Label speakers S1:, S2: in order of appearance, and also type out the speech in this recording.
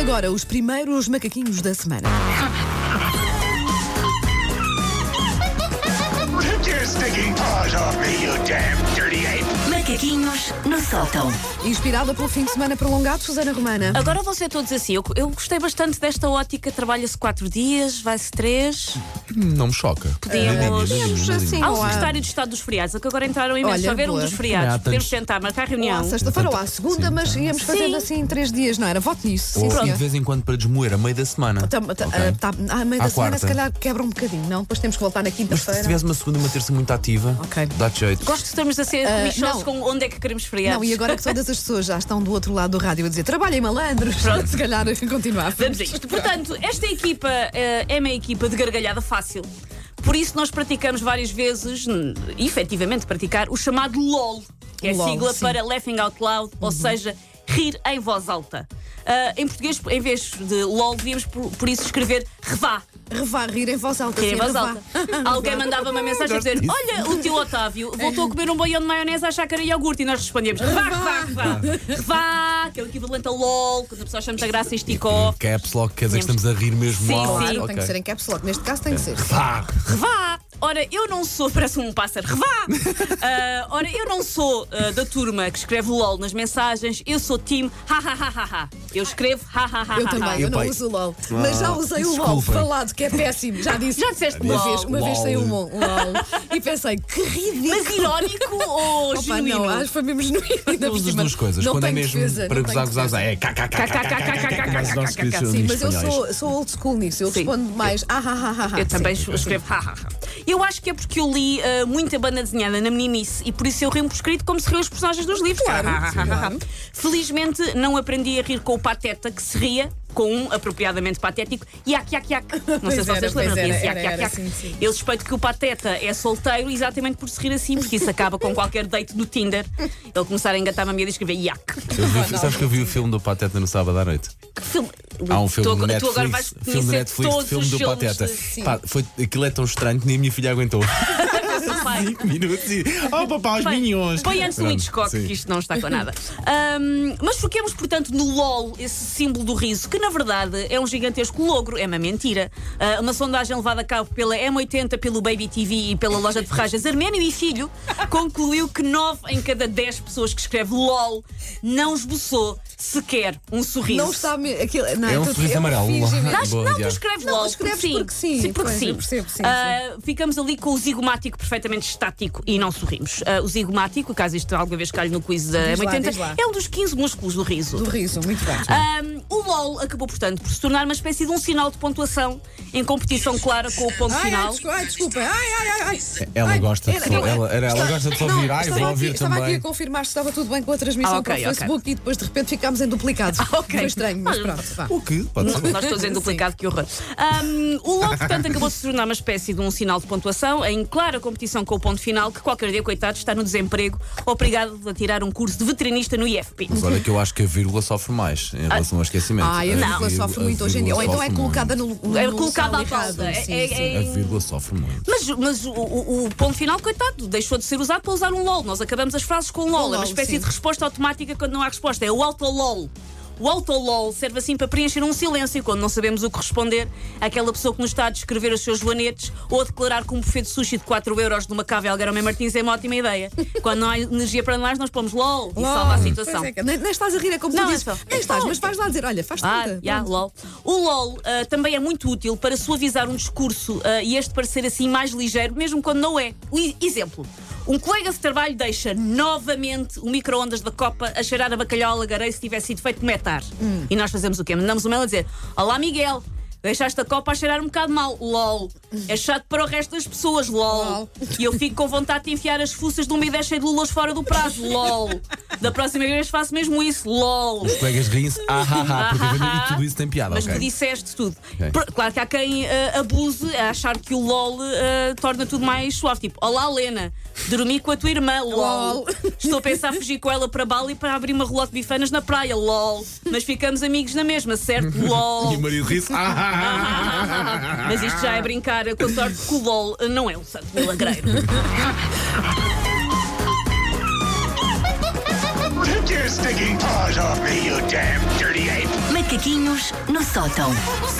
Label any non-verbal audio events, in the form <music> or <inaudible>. S1: Agora, os primeiros macaquinhos da semana.
S2: Take your stinking paws off me, you damn dirty ape!
S3: Macaquinhos no sótão.
S1: Inspirada pelo fim de semana prolongado, Susana Romana.
S4: Agora vão ser todos assim. Eu, eu gostei bastante desta ótica. Trabalha-se quatro dias, vai-se três.
S5: Não me choca.
S4: Podemos.
S1: Podemos, assim,
S4: Há o
S1: ou à-
S4: secretário de Estado dos feriados, é que agora entraram imensos.
S1: Olha,
S4: Só ver um
S1: boa.
S4: dos
S5: Também há
S4: feriados.
S5: tantos.
S4: Podemos tentar marcar
S1: ou à
S4: reunião.
S1: sexta-feira ou à segunda,
S5: Sim,
S1: mas
S5: tá.
S1: íamos fazendo assim três dias, não era? Voto nisso, sim,
S5: Ou de
S1: senhor.
S5: vez em quando para desmoer a meio da semana.
S1: Tam- ta-
S5: Ok.
S1: ah, tá- À meio da semana,
S5: À quarta.
S1: se calhar quebra um bocadinho, não? Depois temos que voltar na
S5: Mas se
S1: quinta-feira.
S5: tivesse uma segunda e uma terça muito ativa,
S1: Ok.
S5: dá-te jeito.
S4: Gosto de estarmos a ser
S1: Ah,
S4: lixosos
S1: não.
S4: com onde é que queremos feriados.
S1: Não, e agora que todas as pessoas já estão do outro lado do rádio a dizer trabalhem malandros, <laughs> se calhar eh, continuar.
S4: Vamos a isto. Portanto, esta equipa eh, é uma equipa de gargalhada fácil. Por isso, nós praticamos várias vezes, hum, efetivamente praticar, o chamado LOL, que é
S1: LOL,
S4: sigla
S1: sim. Uhum.
S4: para Laughing Out Loud, ou seja, rir em voz alta. Ah, em português, em vez de LOL, devíamos por, por isso escrever REVÁ,
S1: Revar, rir em voz alta.
S4: que é em
S1: sim,
S4: voz
S1: revá.
S4: alta.
S1: <laughs>
S4: Alguém mandava uma mensagem a dizer: Olha, o tio Otávio voltou a comer um boião de maionese à chácara e iogurte. E nós respondemos: Revá, revá, revá. Revá, que é o equivalente a LOL, quando a pessoa acha muita graça e esticou.
S5: Caps lock, quer dizer que estamos a rir mesmo
S4: Sim,
S5: alto.
S4: sim.
S1: Claro,
S5: Ok.
S1: tem que ser em caps lock. Neste caso tem
S5: É.
S1: que ser.
S5: Pá!
S4: Revá! Ora, eu não sou, parece um
S1: <laughs>
S4: pássaro, revá! Ah, ora, eu não sou ah, da turma que escreve LOL nas mensagens, eu sou time ha ha ha ha ha. Eu escrevo ha ha ha
S5: Ah,
S1: Eu
S4: ha, ha.
S1: também, eu não
S5: Epá,
S1: uso o LOL. Mas já usei o LOL
S5: desculpa.
S1: falado, que é péssimo. Já disse.
S4: Já disseste
S1: uma
S4: LOL.
S1: vez, uma vez
S5: LOL.
S1: saiu um LOL e pensei, que ridículo.
S4: Mas irónico ou
S1: Opa,
S4: genuíno?
S1: não, acho que foi mesmo genuíno. ainda por
S5: Todas as
S1: cima.
S5: duas coisas.
S1: Não
S5: Quando é
S1: tenho
S5: mesmo
S1: defesa,
S5: para
S1: não tenho
S5: gozar, gozar,
S1: defesa.
S5: gozar. É
S4: Kkkkkkkkk.
S5: kkkkkkkkk.
S1: Sim, mas eu sou, sou old school nisso. Eu
S4: Sim.
S1: respondo mais, ah, ah, ah, ah. sim.
S4: Eu também escrevo ha ha ha. Eu acho que é porque eu li ah, muita banda desenhada na meninice e por isso eu rimo por escrito como se riam os personagens dos livros.
S1: Claro,
S4: Ha, ha, ha, ha, ha. Felizmente não aprendi a rir com o pateta que se ria. Com um apropriadamente patético, iac, iac, iac. Não sei
S1: Pois
S4: se vocês
S1: era,
S4: lembram
S1: pois era,
S4: disso, iac,
S1: era,
S4: iac,
S1: era,
S4: iac.
S1: sim, sim.
S4: Eu suspeito que o Pateta é solteiro exatamente por se rir assim, porque isso acaba com qualquer date do Tinder. Ele começar a engatar-me a minha e escrever iac.
S5: Eu vi- Sabes que eu vi o filme do Pateta no sábado à noite?
S4: Que filme?
S5: Há um filme
S4: tu,
S5: do
S4: tu
S5: Netflix,
S4: agora vais
S5: filme do
S4: conhecer
S5: Netflix,
S4: todos
S5: filme
S4: os
S5: do
S4: filmes
S5: Pateta.
S1: sim.
S5: Pá, foi, aquilo é tão estranho que nem a minha filha aguentou.
S4: do pai.
S5: Minutos e. Oh, papá, os
S4: Põe-
S5: minhões.
S4: Põe antes o
S5: Pronto,
S4: Hitchcock,
S5: sim.
S4: que isto não está com nada. Ahm, mas foquemos, portanto, no LOL, esse símbolo do riso, que na verdade é um gigantesco logro, é uma mentira. Ah, uma sondagem levada a cabo pela M80, pelo Baby TV e pela loja de ferragens Arménio e Filho concluiu que 9 em cada 10 pessoas que escreve LOL não esboçou sequer um sorriso.
S1: Não está me- aquilo, não,
S5: É um
S1: eu-
S5: sorriso
S1: eu
S5: amarelo.
S1: fiz
S5: <laughs>
S1: imenso.
S4: Mas
S5: Boa,
S4: não, tu
S5: Diana.
S4: escreves
S1: Não,
S4: logo.
S1: escreves
S4: porque sim.
S1: porque sim,
S4: porque
S1: pois,
S4: sim.
S1: eu percebo, sim,
S4: Ah, ficamos ali com o zigomático perfeitamente estático e não sorrimos. Ah, o zigomático, caso isto alguma vez calhe no quiz da
S1: Diz lá, diz
S4: M80,
S1: lá.
S4: é um dos 15 músculos do riso.
S1: Do riso, muito bem.
S4: Ahm, o LOL acabou, portanto, por se tornar uma espécie de um sinal de pontuação em competição clara com o ponto
S1: Ai, ai,
S4: final.
S1: desculpa, ai, desculpa. Ai, ai, ai, ai.
S5: Ela
S1: Ai,
S5: gosta de
S1: era-
S5: só- ela- era- ela
S1: Está-
S5: gosta de só
S1: não,
S5: ouvir. Ai,
S1: estava
S5: vou
S1: aqui-
S5: ouvir
S1: Estava aqui
S5: também.
S1: a confirmar se estava tudo bem com a transmissão
S4: Ah,
S1: para
S4: ok,
S1: o
S4: ok.
S1: Facebook e depois de repente ficámos em duplicado.
S4: Ok.
S1: Foi estranho, mas
S4: Ah,
S1: pronto. vá.
S5: O que? Pode ser.
S4: Nós
S1: <laughs>
S4: todos em duplicado, que horror. Um, o LOL, portanto, acabou de se tornar uma espécie de um sinal de pontuação em clara competição com o ponto final, que qualquer dia, coitado, está no desemprego, obrigado a tirar um curso de veterinista no IFP.
S5: Mas olha que eu acho que a vírgula sofre mais em relação ao esquecimento.
S1: Ai, Ah. a vírgula sofre muito hoje em dia. Ou então é colocada no. no
S4: É
S1: no
S4: colocada à
S1: local errado.
S4: pausa. É-
S1: Sim,
S4: é-
S1: sim.
S4: é-
S5: A vírgula sofre muito.
S4: Mas, mas o, o- o ponto final, coitado, deixou de ser usado para usar um LOL. Nós acabamos as frases com LOL. é
S1: LOL,
S4: uma espécie
S1: sim.
S4: de resposta automática quando não há resposta. É o auto-LOL. O auto-LOL serve assim para preencher um silêncio quando não sabemos o que responder àquela pessoa que nos está a descrever os seus joanetes ou a declarar que um buffet de sushi de 4 euros numa cava Algarome Martins é uma ótima
S1: <laughs>
S4: ideia. quando não há energia para mais, nós pomos LOL e
S1: Lol,
S4: salva a situação.
S1: pois é que- nem, nem estás a rir, é como
S4: Não,
S1: tu
S4: é
S1: dizes.
S4: só-
S1: Nem estás, mas vais lá dizer, olha, faz
S4: Ah,
S1: tanta.
S4: já, LOL. O LOL ah, também é muito útil para suavizar um discurso ah, e este parecer assim mais ligeiro, mesmo quando não é. Um e- exemplo. Um colega de trabalho deixa novamente o micro-ondas da copa a cheirar a bacalhau alagareiro se tivesse sido feito metar.
S1: Hum.
S4: E nós fazemos o quê? Mandamos o mail a dizer: Olá, Miguel. Deixaste a copa a cheirar um bocado mal, lol. É chato para o resto das pessoas, lol.
S1: Lol.
S4: E eu fico com vontade de enfiar as fuças de um bidé cheio de lulas fora do prazo, lol. Da próxima vez faço mesmo isso, lol.
S5: Os colegas riem-se, ah, ah, ah, porque vem- e tudo isso tem piada.
S4: Mas
S5: ok?
S4: tu disseste tudo.
S5: Ok.
S4: Por- Claro que há quem ah, abuse a achar que o LOL ah, torna tudo mais suave. Tipo, olá, Lena, dormi com a tua irmã, LOL.
S1: Lol.
S4: Estou a pensar fugir com ela para Bali para abrir uma relote de bifanas na praia, LOL. Mas ficamos amigos na mesma,
S5: <laughs>
S4: certo? LOL.
S5: E o marido ri-se, ah, ah,
S4: <laughs>
S5: ah.
S4: Mas isto já é brincar com a sorte que o LOL não é um santo milagreiro.
S2: Take your your stinking paws off me, you damn dirty ape!
S3: Macaquinhos no sótão.